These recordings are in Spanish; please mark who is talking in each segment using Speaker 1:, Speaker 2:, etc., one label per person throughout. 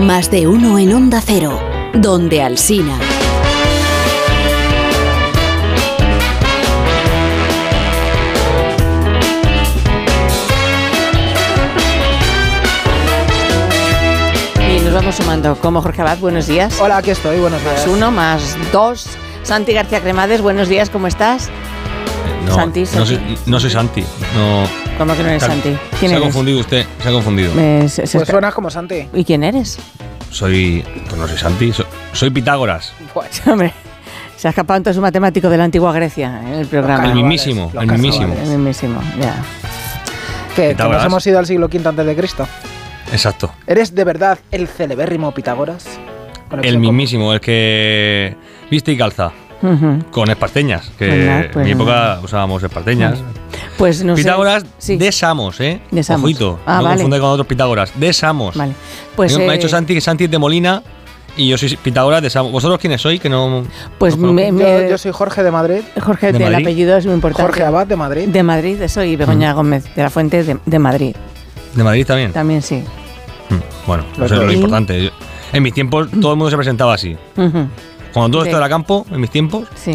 Speaker 1: Más de uno en Onda Cero, donde Alsina.
Speaker 2: Y nos vamos sumando. Como Jorge Abad, buenos días.
Speaker 3: Hola, aquí estoy, buenos
Speaker 2: Más
Speaker 3: días.
Speaker 2: uno, más dos. Santi García Cremades, buenos días, ¿cómo estás?
Speaker 4: No,
Speaker 2: Santi,
Speaker 4: no
Speaker 2: Santi.
Speaker 4: soy- no soy Santi. No,
Speaker 2: ¿Cómo que no eres
Speaker 4: Se ha-
Speaker 2: Santi? ¿Quién
Speaker 4: se ha
Speaker 2: eres?
Speaker 4: confundido usted, se ha confundido.
Speaker 2: Me- se- se-
Speaker 3: Pues suenas como Santi.
Speaker 2: ¿Y quién eres?
Speaker 4: Soy. Pues no soy Santi, so- soy Pitágoras.
Speaker 3: Pues,
Speaker 2: Hombre, se ha escapado entonces un matemático de la antigua Grecia en el
Speaker 4: El
Speaker 2: programa.
Speaker 3: Carnavales,
Speaker 4: mismísimo,
Speaker 3: los
Speaker 4: el mismísimo.
Speaker 3: carnavales.
Speaker 2: El mismísimo, ya.
Speaker 3: que, que nos
Speaker 4: Pitágoras.
Speaker 3: hemos ido al siglo V antes de Cristo.
Speaker 4: Exacto.
Speaker 3: ¿Eres de verdad el celebérrimo Pitágoras?
Speaker 4: El mismísimo, el que. Viste y calza.
Speaker 2: Ujú.
Speaker 4: Con esparteñas. Que
Speaker 2: Anda, pues
Speaker 4: en mi época
Speaker 2: nada.
Speaker 4: usábamos esparteñas.
Speaker 2: Pues no sé-
Speaker 4: Pitágoras
Speaker 2: Sí.
Speaker 4: de Samos, ¿eh?
Speaker 2: De Samos.
Speaker 4: Ojito,
Speaker 2: Ah,
Speaker 4: no
Speaker 2: vale.
Speaker 4: confundáis con otros Pitágoras. De Samos.
Speaker 2: Vale. Pues,
Speaker 4: Me- me ha
Speaker 2: eh,
Speaker 4: dicho Santi que Santi es de Molina y yo soy Pitágoras de Samos. ¿Vosotros quiénes sois? Que no.
Speaker 2: pues
Speaker 4: no
Speaker 2: me-
Speaker 3: Yo,
Speaker 2: me-
Speaker 3: yo soy Jorge de Madrid.
Speaker 2: Jorge, el
Speaker 4: ¿De Madrid?
Speaker 2: apellido es muy importante.
Speaker 3: Jorge Abad de Madrid.
Speaker 2: De Madrid, soy Begoña Gómez de la Fuente de, de Madrid.
Speaker 4: De Madrid también.
Speaker 2: También sí.
Speaker 4: Mm, Bueno,
Speaker 3: Los
Speaker 4: eso es lo
Speaker 3: dos.
Speaker 4: importante. Yo- En mis tiempos todo el mundo se presentaba así.
Speaker 2: Ujú,
Speaker 4: Cuando todo
Speaker 2: Sí.
Speaker 4: esto era campo, en mis tiempos,
Speaker 2: Sí.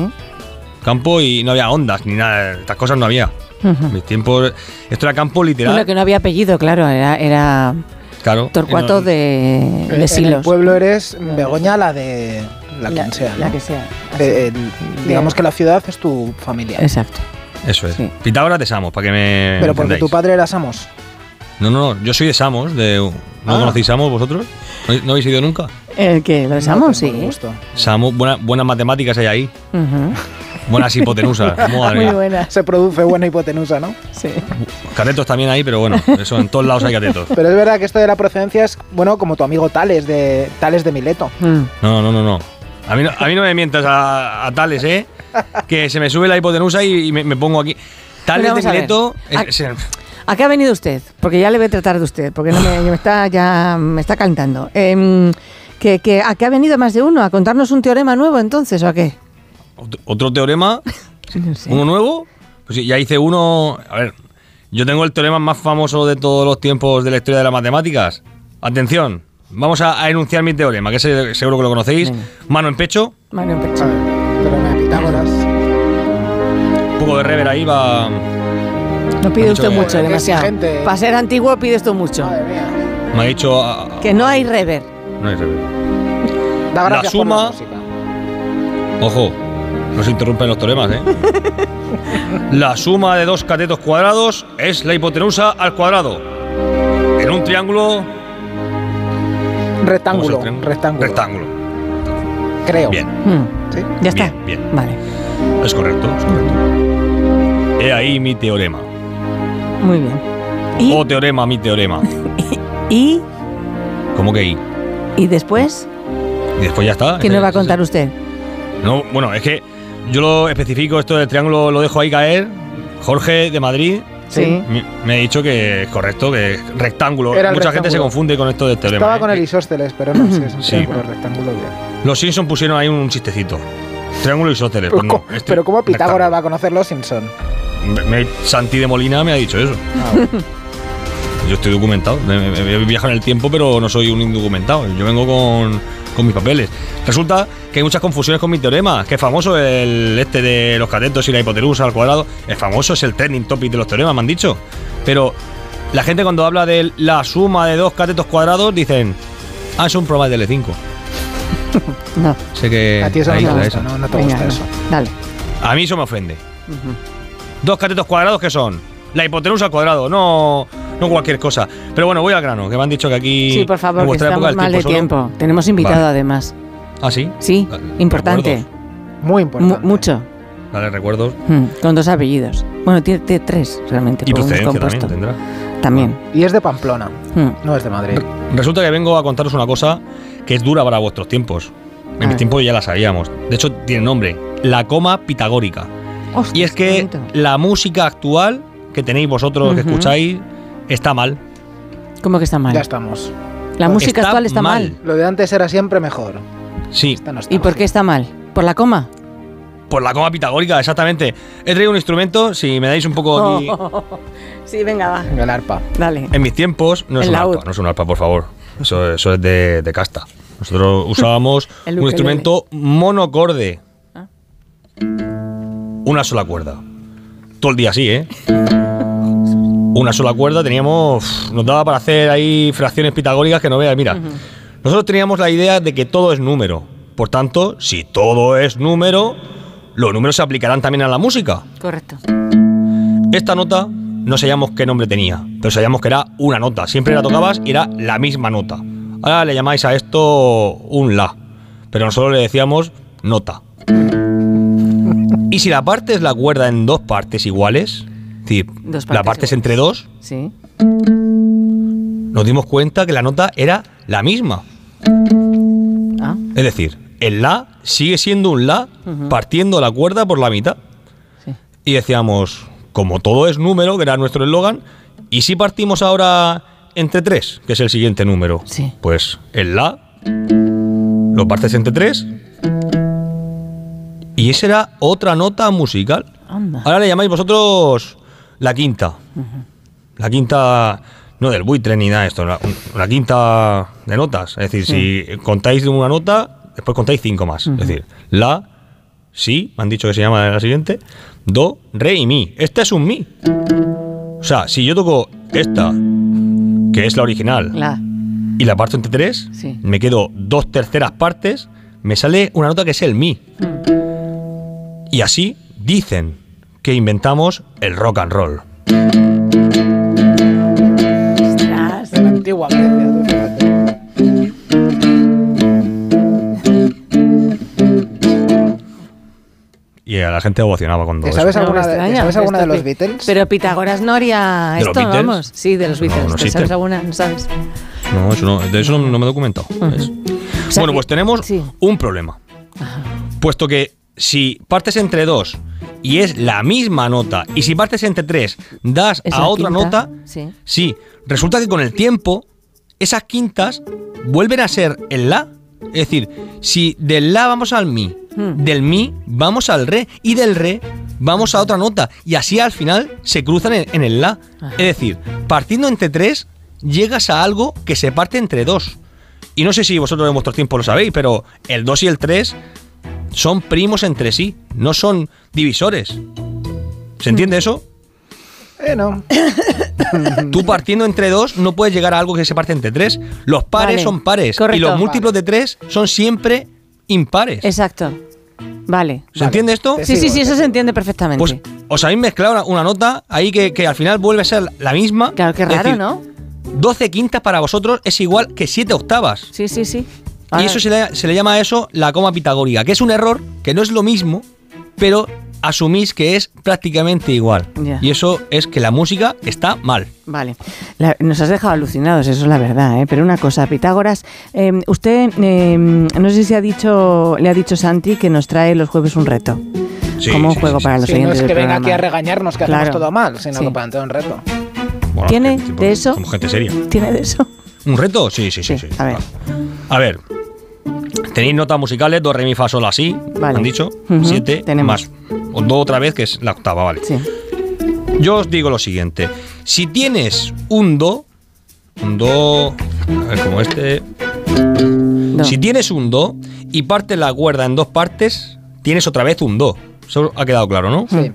Speaker 4: campo y no había ondas ni nada, estas cosas no había.
Speaker 2: Ujú.
Speaker 4: En mis tiempos, esto era campo literal.
Speaker 2: Bueno, que no había apellido, claro, era, era
Speaker 4: claro.
Speaker 2: Torcuato
Speaker 4: Era-
Speaker 2: de,
Speaker 3: Eh, En
Speaker 2: de
Speaker 3: el
Speaker 2: Silos.
Speaker 3: pueblo eres Begoña, la de. La, que sea.
Speaker 2: la
Speaker 3: ¿no?
Speaker 2: que sea.
Speaker 3: De- el- digamos que la ciudad es tu familia.
Speaker 2: Exacto.
Speaker 4: Eso es.
Speaker 2: Sí.
Speaker 4: Pitágoras de Samos, para que me.
Speaker 3: Pero porque
Speaker 4: entendáis.
Speaker 3: tu padre era Samos.
Speaker 4: No, no, no, yo soy de Samos, de. ¿No
Speaker 3: Ah.
Speaker 4: conocéis Samos vosotros? ¿No, no habéis ido nunca?
Speaker 2: El que lo
Speaker 3: No
Speaker 2: usamos,
Speaker 3: tengo el
Speaker 2: sí.
Speaker 3: gusto.
Speaker 4: Samos, buena- buenas matemáticas hay ahí.
Speaker 2: Ujú.
Speaker 4: Buenas hipotenusas. madre
Speaker 2: Muy
Speaker 4: mía.
Speaker 2: buena.
Speaker 3: Se produce buena hipotenusa, ¿no?
Speaker 2: Sí.
Speaker 4: Catetos también hay, pero bueno, eso en todos lados hay catetos.
Speaker 3: Pero es verdad que esto de la procedencia es, bueno, como tu amigo Tales de, Tales de Mileto.
Speaker 2: Mm.
Speaker 4: No, no, no, no. A mí no, a mí no me mientas a, a tales, ¿eh? Que se me sube la hipotenusa y, y me, me pongo aquí. Tales
Speaker 2: Bueno, vamos
Speaker 4: de
Speaker 2: a ver.
Speaker 4: Mileto.
Speaker 2: Ah.
Speaker 4: es- es-
Speaker 2: ¿A qué ha venido usted? Porque ya le voy a tratar de usted, porque no me, me está ya me está calentando. Em, que, que- ¿A qué ha venido más de uno? ¿A contarnos un teorema nuevo entonces o a qué?
Speaker 4: Otro- Otro teorema,
Speaker 2: No sé.
Speaker 4: uno nuevo. Pues sí, ya hice uno. A ver, yo tengo el teorema más famoso de todos los tiempos de la historia de las matemáticas. Atención, vamos a, a enunciar mi teorema, que se- seguro que lo conocéis.
Speaker 2: Venga.
Speaker 4: Mano en pecho,
Speaker 2: Mano en
Speaker 3: A
Speaker 2: pecho.
Speaker 3: ver, pero me Pitágoras.
Speaker 4: un poco de rever ahí va.
Speaker 2: No pide
Speaker 4: Mucho
Speaker 2: usted
Speaker 4: que-
Speaker 2: mucho,
Speaker 3: Qué
Speaker 2: demasiado.
Speaker 3: exigente.
Speaker 2: Para ser antiguo pide esto mucho.
Speaker 3: Madre mía.
Speaker 4: Me ha dicho. ah,
Speaker 2: Que no hay rever.
Speaker 4: no hay rever.
Speaker 3: Da
Speaker 4: La
Speaker 3: gracias por
Speaker 4: suma-
Speaker 3: música.
Speaker 4: Ojo, no se interrumpen los teoremas, ¿eh? La suma de dos catetos cuadrados es la hipotenusa al cuadrado. En un triángulo. ¿cómo es el
Speaker 3: Rectángulo,
Speaker 4: triángulo?
Speaker 3: rectángulo.
Speaker 4: Rectángulo.
Speaker 3: Creo.
Speaker 4: Bien.
Speaker 2: Mm.
Speaker 3: ¿Sí?
Speaker 2: Ya está.
Speaker 4: Bien, bien.
Speaker 2: Vale.
Speaker 4: Es correcto, es correcto. He ahí mi teorema.
Speaker 2: Muy bien.
Speaker 4: O
Speaker 2: Y,
Speaker 4: teorema, mi teorema.
Speaker 2: y,
Speaker 4: ¿Cómo que I?
Speaker 2: y después,
Speaker 4: Y después ya está.
Speaker 2: ¿qué
Speaker 4: Ese-
Speaker 2: nos va a
Speaker 4: ese-
Speaker 2: contar usted?
Speaker 4: No, bueno, es que yo lo especifico, esto del triángulo lo dejo ahí caer. Jorge de Madrid
Speaker 2: Sí.
Speaker 4: me, me ha dicho que es correcto, que es rectángulo.
Speaker 3: Era el
Speaker 4: Mucha gente se
Speaker 3: rectángulo.
Speaker 4: confunde con esto del teorema.
Speaker 3: Estaba
Speaker 4: ¿eh?
Speaker 3: con el isósceles, pero no sé, es un
Speaker 4: Sí.
Speaker 3: triángulo rectángulo. bien.
Speaker 4: Los Simpson pusieron ahí un chistecito. Triángulo isósceles.
Speaker 3: Pero,
Speaker 4: pues no,
Speaker 3: ¿cómo,
Speaker 4: este-
Speaker 3: pero ¿cómo Pitágoras va
Speaker 4: rectángulo.
Speaker 3: a conocer los Simpson?
Speaker 4: Me- Santi de Molina me ha dicho eso.
Speaker 3: Ah,
Speaker 4: Yo estoy documentado. Me- me- me- Viajo en el tiempo, pero no soy un indocumentado. Yo vengo con, con mis papeles. Resulta que hay muchas confusiones con mi teorema. Que es famoso el este de los catetos y la hipotenusa al cuadrado. Es famoso, es el trending topic de los teoremas, me han dicho. Pero la gente cuando habla de la suma de dos catetos cuadrados dicen. Ah, es un programa de L5.
Speaker 2: No.
Speaker 4: Sé que.
Speaker 3: a ti eso
Speaker 4: Eh, ahí
Speaker 3: no
Speaker 4: la
Speaker 3: te gusta,
Speaker 4: esa.
Speaker 3: ¿no? No te
Speaker 2: Venga,
Speaker 3: gusta
Speaker 2: no.
Speaker 3: eso.
Speaker 2: Dale.
Speaker 4: A mí eso me ofende. Dos catetos cuadrados que son la hipotenusa al cuadrado, no, no cualquier cosa. Pero bueno, voy al grano, que me han dicho que aquí.
Speaker 2: Sí, por favor,
Speaker 4: en
Speaker 2: que
Speaker 4: vuestra época
Speaker 2: estamos mal
Speaker 4: el
Speaker 2: de
Speaker 4: solo-
Speaker 2: tiempo. Tenemos invitado
Speaker 4: Vale.
Speaker 2: además.
Speaker 4: Ah, sí.
Speaker 2: Sí,
Speaker 4: Ah,
Speaker 2: importante.
Speaker 4: recuerdos.
Speaker 3: Muy
Speaker 2: Mu-
Speaker 3: importante.
Speaker 2: mucho.
Speaker 4: Vale, recuerdos.
Speaker 2: Mm, Con dos apellidos. Bueno, tiene, tiene tres realmente.
Speaker 4: Y
Speaker 2: por unos
Speaker 4: procedencia también
Speaker 2: compuestos.
Speaker 4: tendrá.
Speaker 2: También.
Speaker 3: Y es de Pamplona,
Speaker 2: Mm.
Speaker 3: no es de Madrid.
Speaker 4: Resulta que vengo a contaros una cosa que es dura para vuestros tiempos. En
Speaker 2: Ah.
Speaker 4: mis tiempos ya la sabíamos. De hecho, tiene nombre: la coma pitagórica. Y
Speaker 2: Ostras,
Speaker 4: es
Speaker 2: qué
Speaker 4: que
Speaker 2: bonito.
Speaker 4: la música actual que tenéis vosotros, que
Speaker 2: Ujú.
Speaker 4: escucháis, está mal.
Speaker 2: ¿Cómo que está mal?
Speaker 3: Ya estamos.
Speaker 4: Pues
Speaker 2: La música actual está mal.
Speaker 3: Lo de antes era siempre mejor.
Speaker 4: Sí,
Speaker 3: Esta no está
Speaker 2: ¿Y por
Speaker 3: mal.
Speaker 2: qué está mal? ¿Por la coma?
Speaker 4: Por la coma pitagórica, exactamente. He traído un instrumento, si me dais un poco
Speaker 2: Oh.
Speaker 4: aquí.
Speaker 2: Sí, venga, va.
Speaker 3: Venga, El arpa.
Speaker 2: Dale.
Speaker 4: En mis tiempos, no es
Speaker 2: El
Speaker 4: un
Speaker 2: laúd.
Speaker 4: arpa, no es un arpa, por favor. Eso, eso es de, de casta. Nosotros usábamos
Speaker 5: El ukelele.
Speaker 4: un
Speaker 5: Ah.
Speaker 4: instrumento monocorde. Una sola cuerda. Todo el día así, ¿eh? Una sola cuerda teníamos. Nos daba para hacer ahí fracciones pitagóricas que no veas. Mira, nosotros teníamos la idea de que todo es número. Por tanto, si todo es número, los números se aplicarán también a la música.
Speaker 2: Correcto.
Speaker 4: Esta nota no sabíamos qué nombre tenía, pero sabíamos que era una nota. Siempre la tocabas y era la misma nota. Ahora le llamáis a esto un la, pero nosotros le decíamos nota. Y si la partes la cuerda en dos partes iguales, es decir,
Speaker 2: Dos
Speaker 4: la
Speaker 2: partes
Speaker 4: partes
Speaker 2: iguales.
Speaker 4: entre dos,
Speaker 2: Sí.
Speaker 4: nos dimos cuenta que la nota era la misma.
Speaker 2: Ah,
Speaker 4: Es decir, el la sigue siendo un la partiendo la cuerda por la mitad.
Speaker 2: Sí.
Speaker 4: Y decíamos, como todo es número, que era nuestro eslogan, ¿y si partimos ahora entre tres, que es el siguiente número?
Speaker 2: Sí.
Speaker 4: Pues el la lo partes entre tres. Y esa era otra nota musical.
Speaker 2: Anda.
Speaker 4: Ahora le llamáis vosotros la quinta. La quinta, no del buitre ni nada de esto, la, la quinta de notas. Es decir, si contáis una nota, después contáis cinco más. Es decir, la, si, me han dicho que se llama la siguiente, do, re y mi. Este es un mi. O sea, si yo toco esta, que es la original,
Speaker 2: la.
Speaker 4: y la parto entre tres,
Speaker 2: Sí.
Speaker 4: me quedo dos terceras partes, me sale una nota que es el mi.
Speaker 2: Mm.
Speaker 4: Y así dicen que inventamos el rock and roll.
Speaker 3: de la antigua Grecia, tú fíjate.
Speaker 4: Y a la gente ovacionaba cuando
Speaker 3: ¿Te
Speaker 4: eso.
Speaker 3: sabes
Speaker 2: No me
Speaker 3: alguna, de,
Speaker 2: extraña,
Speaker 3: te sabes alguna de
Speaker 2: esto
Speaker 3: los
Speaker 2: que-
Speaker 3: Beatles?
Speaker 5: Pero Pitágoras Noria,
Speaker 4: ¿De los
Speaker 5: esto
Speaker 4: Beatles?
Speaker 5: vamos. Sí, de los
Speaker 4: No,
Speaker 5: Beatles.
Speaker 4: no
Speaker 5: ¿Te sabes
Speaker 4: existen.
Speaker 5: alguna? No sabes.
Speaker 4: No, eso no, de eso no, no me he documentado. ¿ves?
Speaker 2: sea
Speaker 4: bueno,
Speaker 2: que-
Speaker 4: pues tenemos
Speaker 2: sí.
Speaker 4: un problema. Puesto que si partes entre dos y es la misma nota, y si partes entre tres das
Speaker 2: Es
Speaker 4: a
Speaker 2: la
Speaker 4: otra
Speaker 2: quinta,
Speaker 4: nota,
Speaker 2: sí.
Speaker 4: resulta que con el tiempo esas quintas vuelven a ser el la. Es decir, si del la vamos al mi, del mi vamos al re y del re vamos a otra nota. Y así al final se cruzan en, en el la. Es decir, partiendo entre tres, llegas a algo que se parte entre dos. Y no sé si vosotros en vuestros tiempos lo sabéis, pero el 2 y el 3 son primos entre sí, no son divisores. ¿Se entiende eso?
Speaker 3: Eh, no.
Speaker 4: Tú partiendo entre dos no puedes llegar a algo que se parte entre tres. Los pares
Speaker 2: Vale,
Speaker 4: son pares y
Speaker 2: correcto.
Speaker 4: los múltiplos de tres son siempre impares.
Speaker 2: Exacto. Vale.
Speaker 4: ¿Se entiende esto?
Speaker 3: Te
Speaker 2: Sí, sí,
Speaker 3: sigo,
Speaker 2: sí,
Speaker 3: te
Speaker 2: eso se
Speaker 3: sigo.
Speaker 2: entiende perfectamente.
Speaker 4: Pues os habéis mezclado una, una nota ahí que, que al final vuelve a ser la misma.
Speaker 2: Claro, qué
Speaker 4: Es
Speaker 2: raro,
Speaker 4: decir,
Speaker 2: ¿no?
Speaker 4: 12 quintas para vosotros es igual que 7 octavas.
Speaker 2: Sí, sí, sí.
Speaker 4: Y
Speaker 2: Ahora-
Speaker 4: eso se le, se le llama a eso la coma pitagórica, que es un error, que no es lo mismo, pero asumís que es prácticamente igual.
Speaker 2: Ya.
Speaker 4: Y eso es que la música está mal.
Speaker 2: Vale. La- nos has dejado alucinados, eso es la verdad, ¿eh? Pero una cosa, Pitágoras, eh, usted, eh, no sé si ha dicho, le ha dicho Santi que nos trae los jueves un reto.
Speaker 4: Sí,
Speaker 2: como un
Speaker 4: sí,
Speaker 2: juego
Speaker 4: sí,
Speaker 2: para los
Speaker 3: Sí, no
Speaker 2: oyentes
Speaker 3: es que
Speaker 2: del
Speaker 3: venga
Speaker 2: programa.
Speaker 3: aquí a regañarnos que
Speaker 2: Claro.
Speaker 3: hacemos todo mal, sino
Speaker 2: Sí.
Speaker 3: que plantea un reto.
Speaker 4: Bueno,
Speaker 2: ¿Tiene
Speaker 4: que-
Speaker 2: de eso?
Speaker 4: Somos gente seria.
Speaker 2: ¿Tiene de eso?
Speaker 4: ¿Un reto? Sí, sí, sí.
Speaker 2: Sí,
Speaker 4: sí,
Speaker 2: a ver.
Speaker 4: claro. A ver. Tenéis notas musicales, do, re, mi, fa, sol, así.
Speaker 2: Vale.
Speaker 4: Han dicho.
Speaker 2: Ujú,
Speaker 4: Siete.
Speaker 2: tenemos.
Speaker 4: Más. O do otra vez, que es la octava, vale.
Speaker 2: Sí.
Speaker 4: Yo os digo lo siguiente. Si tienes un do, un do, a ver, como este,
Speaker 2: No.
Speaker 4: si tienes un do y partes la cuerda en dos partes, tienes otra vez un do. Eso ha quedado claro, ¿no?
Speaker 3: Sí.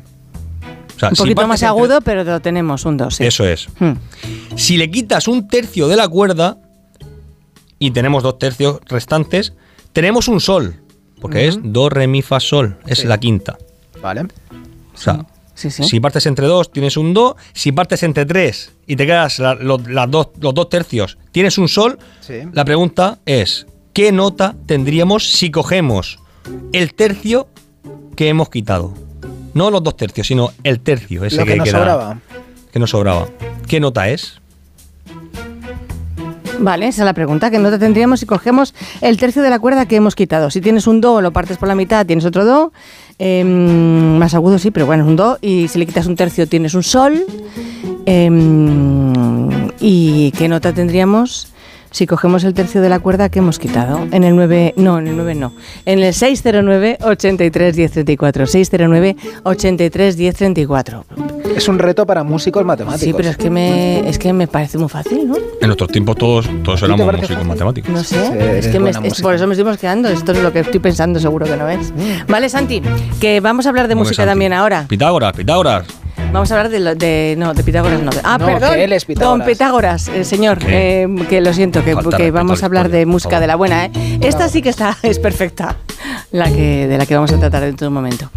Speaker 4: O sea,
Speaker 2: un
Speaker 4: si
Speaker 2: poquito
Speaker 4: partes
Speaker 2: más
Speaker 4: entre-
Speaker 2: agudo, pero lo tenemos, un 2.
Speaker 4: Eso es.
Speaker 2: Hmm.
Speaker 4: Si le quitas un tercio de la cuerda y tenemos dos tercios restantes, tenemos un sol. Porque es do, re, mi, fa, sol. Es la quinta.
Speaker 3: Vale.
Speaker 4: O sea,
Speaker 2: Sí, sí.
Speaker 4: si partes entre dos, tienes un do. Si partes entre tres y te quedas la- lo- las dos, los dos tercios, tienes un sol.
Speaker 3: Sí.
Speaker 4: La pregunta es, ¿qué nota tendríamos si cogemos el tercio que hemos quitado? No los dos tercios, sino el tercio. Ese
Speaker 3: Lo que,
Speaker 4: que
Speaker 3: nos
Speaker 4: queda-
Speaker 3: sobraba.
Speaker 4: Que nos sobraba. ¿Qué nota es?
Speaker 2: Vale, esa es la pregunta, que no te tendríamos si cogemos el tercio de la cuerda que hemos quitado. Si tienes un do, lo partes por la mitad, tienes otro do, em, más agudo sí, pero bueno, es un do, y si le quitas un tercio tienes un sol. em, ¿Y qué nota tendríamos si cogemos el tercio de la cuerda que hemos quitado. En el 9, no, en el 9 no. En el 609 83 1034. 609 83 1034.
Speaker 3: Es un reto para músicos matemáticos.
Speaker 2: Sí, pero es que me es que me parece muy fácil, ¿no?
Speaker 4: En nuestros tiempos todos,
Speaker 3: ¿A ti
Speaker 4: todos
Speaker 3: te
Speaker 4: éramos
Speaker 3: parece
Speaker 4: músicos
Speaker 3: fácil?
Speaker 4: matemáticos.
Speaker 2: No sé,
Speaker 3: Sí,
Speaker 2: es
Speaker 3: eres
Speaker 2: que me-
Speaker 3: buena
Speaker 2: es-
Speaker 3: música.
Speaker 2: por eso me estamos quedando. Esto es lo que estoy pensando, seguro que no es. Vale, Santi, que vamos a hablar de
Speaker 4: Hombre,
Speaker 2: música
Speaker 4: Santi.
Speaker 2: también ahora.
Speaker 4: Pitágoras, Pitágoras.
Speaker 2: Vamos a hablar de, lo- de no, de Pitágoras no. de- Ah,
Speaker 3: No,
Speaker 2: perdón.
Speaker 3: que él es Pitágoras.
Speaker 2: Don Pitágoras, eh, señor,
Speaker 4: ¿Qué?
Speaker 2: eh, que lo siento, que,
Speaker 4: Falta
Speaker 2: que
Speaker 4: respeto
Speaker 2: vamos
Speaker 4: a la
Speaker 2: a hablar
Speaker 4: historia,
Speaker 2: de
Speaker 4: por
Speaker 2: música
Speaker 4: favor.
Speaker 2: de la buena, ¿eh? Esta sí que está es perfecta. La que de la que vamos a tratar dentro de un momento.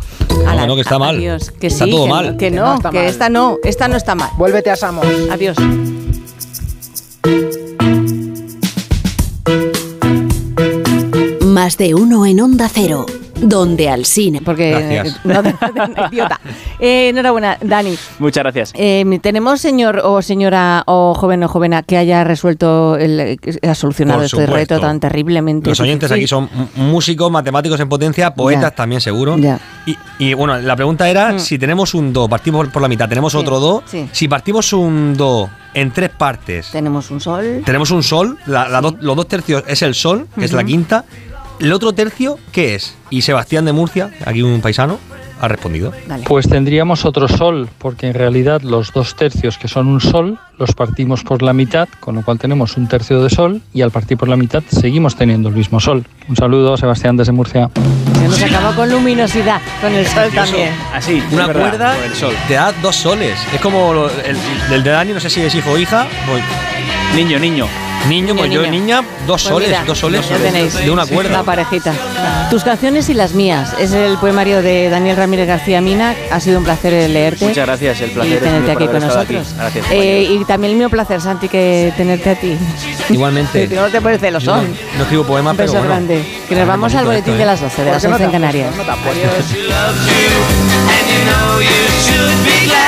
Speaker 2: Ala,
Speaker 4: no, que está mal.
Speaker 2: adiós, que
Speaker 4: Está
Speaker 2: sí,
Speaker 4: todo
Speaker 2: que-
Speaker 4: mal.
Speaker 2: Que
Speaker 3: Que
Speaker 2: no,
Speaker 3: no está
Speaker 2: que
Speaker 3: mal.
Speaker 2: esta no, esta no está mal.
Speaker 3: Vuélvete a Samos.
Speaker 2: Adiós.
Speaker 1: Más de uno en Onda Cero. Donde Alsina.
Speaker 2: Porque
Speaker 4: Gracias.
Speaker 2: no, idiota. Eh, enhorabuena, Dani.
Speaker 6: Muchas gracias.
Speaker 2: Eh, ¿Tenemos señor o señora o joven o jovena que haya resuelto, el, que ha solucionado
Speaker 4: Por
Speaker 2: este
Speaker 4: supuesto.
Speaker 2: reto tan terriblemente?
Speaker 4: Los oyentes aquí
Speaker 2: difícil?
Speaker 4: son m- músicos, matemáticos en potencia, poetas
Speaker 2: Ya.
Speaker 4: también seguro.
Speaker 2: Ya.
Speaker 4: Y, y, bueno, la pregunta era
Speaker 2: Mm.
Speaker 4: si tenemos un do, partimos por la mitad, tenemos
Speaker 2: Sí,
Speaker 4: otro do.
Speaker 2: sí.
Speaker 4: Si partimos un do en tres partes,
Speaker 2: Tenemos un sol.
Speaker 4: tenemos un sol, la- la dos- los dos tercios es el sol, que es la quinta. El otro tercio, ¿qué es? Y Sebastián de Murcia, aquí un paisano, ha respondido.
Speaker 2: Dale.
Speaker 7: Pues tendríamos otro sol, porque en realidad los dos tercios que son un sol los partimos por la mitad, con lo cual tenemos un tercio de sol y al partir por la mitad seguimos teniendo el mismo sol. Un saludo, Sebastián desde Murcia.
Speaker 2: Se nos acabó con luminosidad, con el sol
Speaker 4: Precioso.
Speaker 2: también.
Speaker 6: Así, es
Speaker 4: Una
Speaker 6: verdad,
Speaker 4: cuerda
Speaker 6: por el sol.
Speaker 4: te da dos soles. Es como lo- el, el de Dani, no sé si es hijo o hija. pues,
Speaker 6: Niño, niño.
Speaker 4: niño, pues yo niña,
Speaker 2: Pues
Speaker 4: dos soles,
Speaker 2: mira,
Speaker 4: dos soles
Speaker 2: ya tenéis
Speaker 4: de una cuerda.
Speaker 2: La parejita. Tus canciones y las mías. Es el poemario de Daniel Ramírez García Mina. Ha sido un placer leerte.
Speaker 6: Muchas gracias, el placer
Speaker 2: Y
Speaker 6: es mío
Speaker 2: tenerte
Speaker 6: por
Speaker 2: aquí
Speaker 6: haber
Speaker 2: con
Speaker 6: estado
Speaker 2: nosotros.
Speaker 6: aquí. Gracias,
Speaker 2: Eh, y también el mío placer, Santi, que tenerte a ti.
Speaker 4: Igualmente.
Speaker 2: no te pones
Speaker 4: Yo no,
Speaker 2: celosón.
Speaker 4: no escribo poemas,
Speaker 2: Un
Speaker 4: pero
Speaker 2: beso
Speaker 4: bueno.
Speaker 2: grande. Que nos vamos al
Speaker 4: ¿eh?
Speaker 2: boletín de las 12, de
Speaker 3: ¿Por
Speaker 2: las
Speaker 3: qué no
Speaker 2: 11 en
Speaker 3: te has
Speaker 2: Canarias.
Speaker 3: puesto? No te has puesto.
Speaker 8: and you know you should be glad.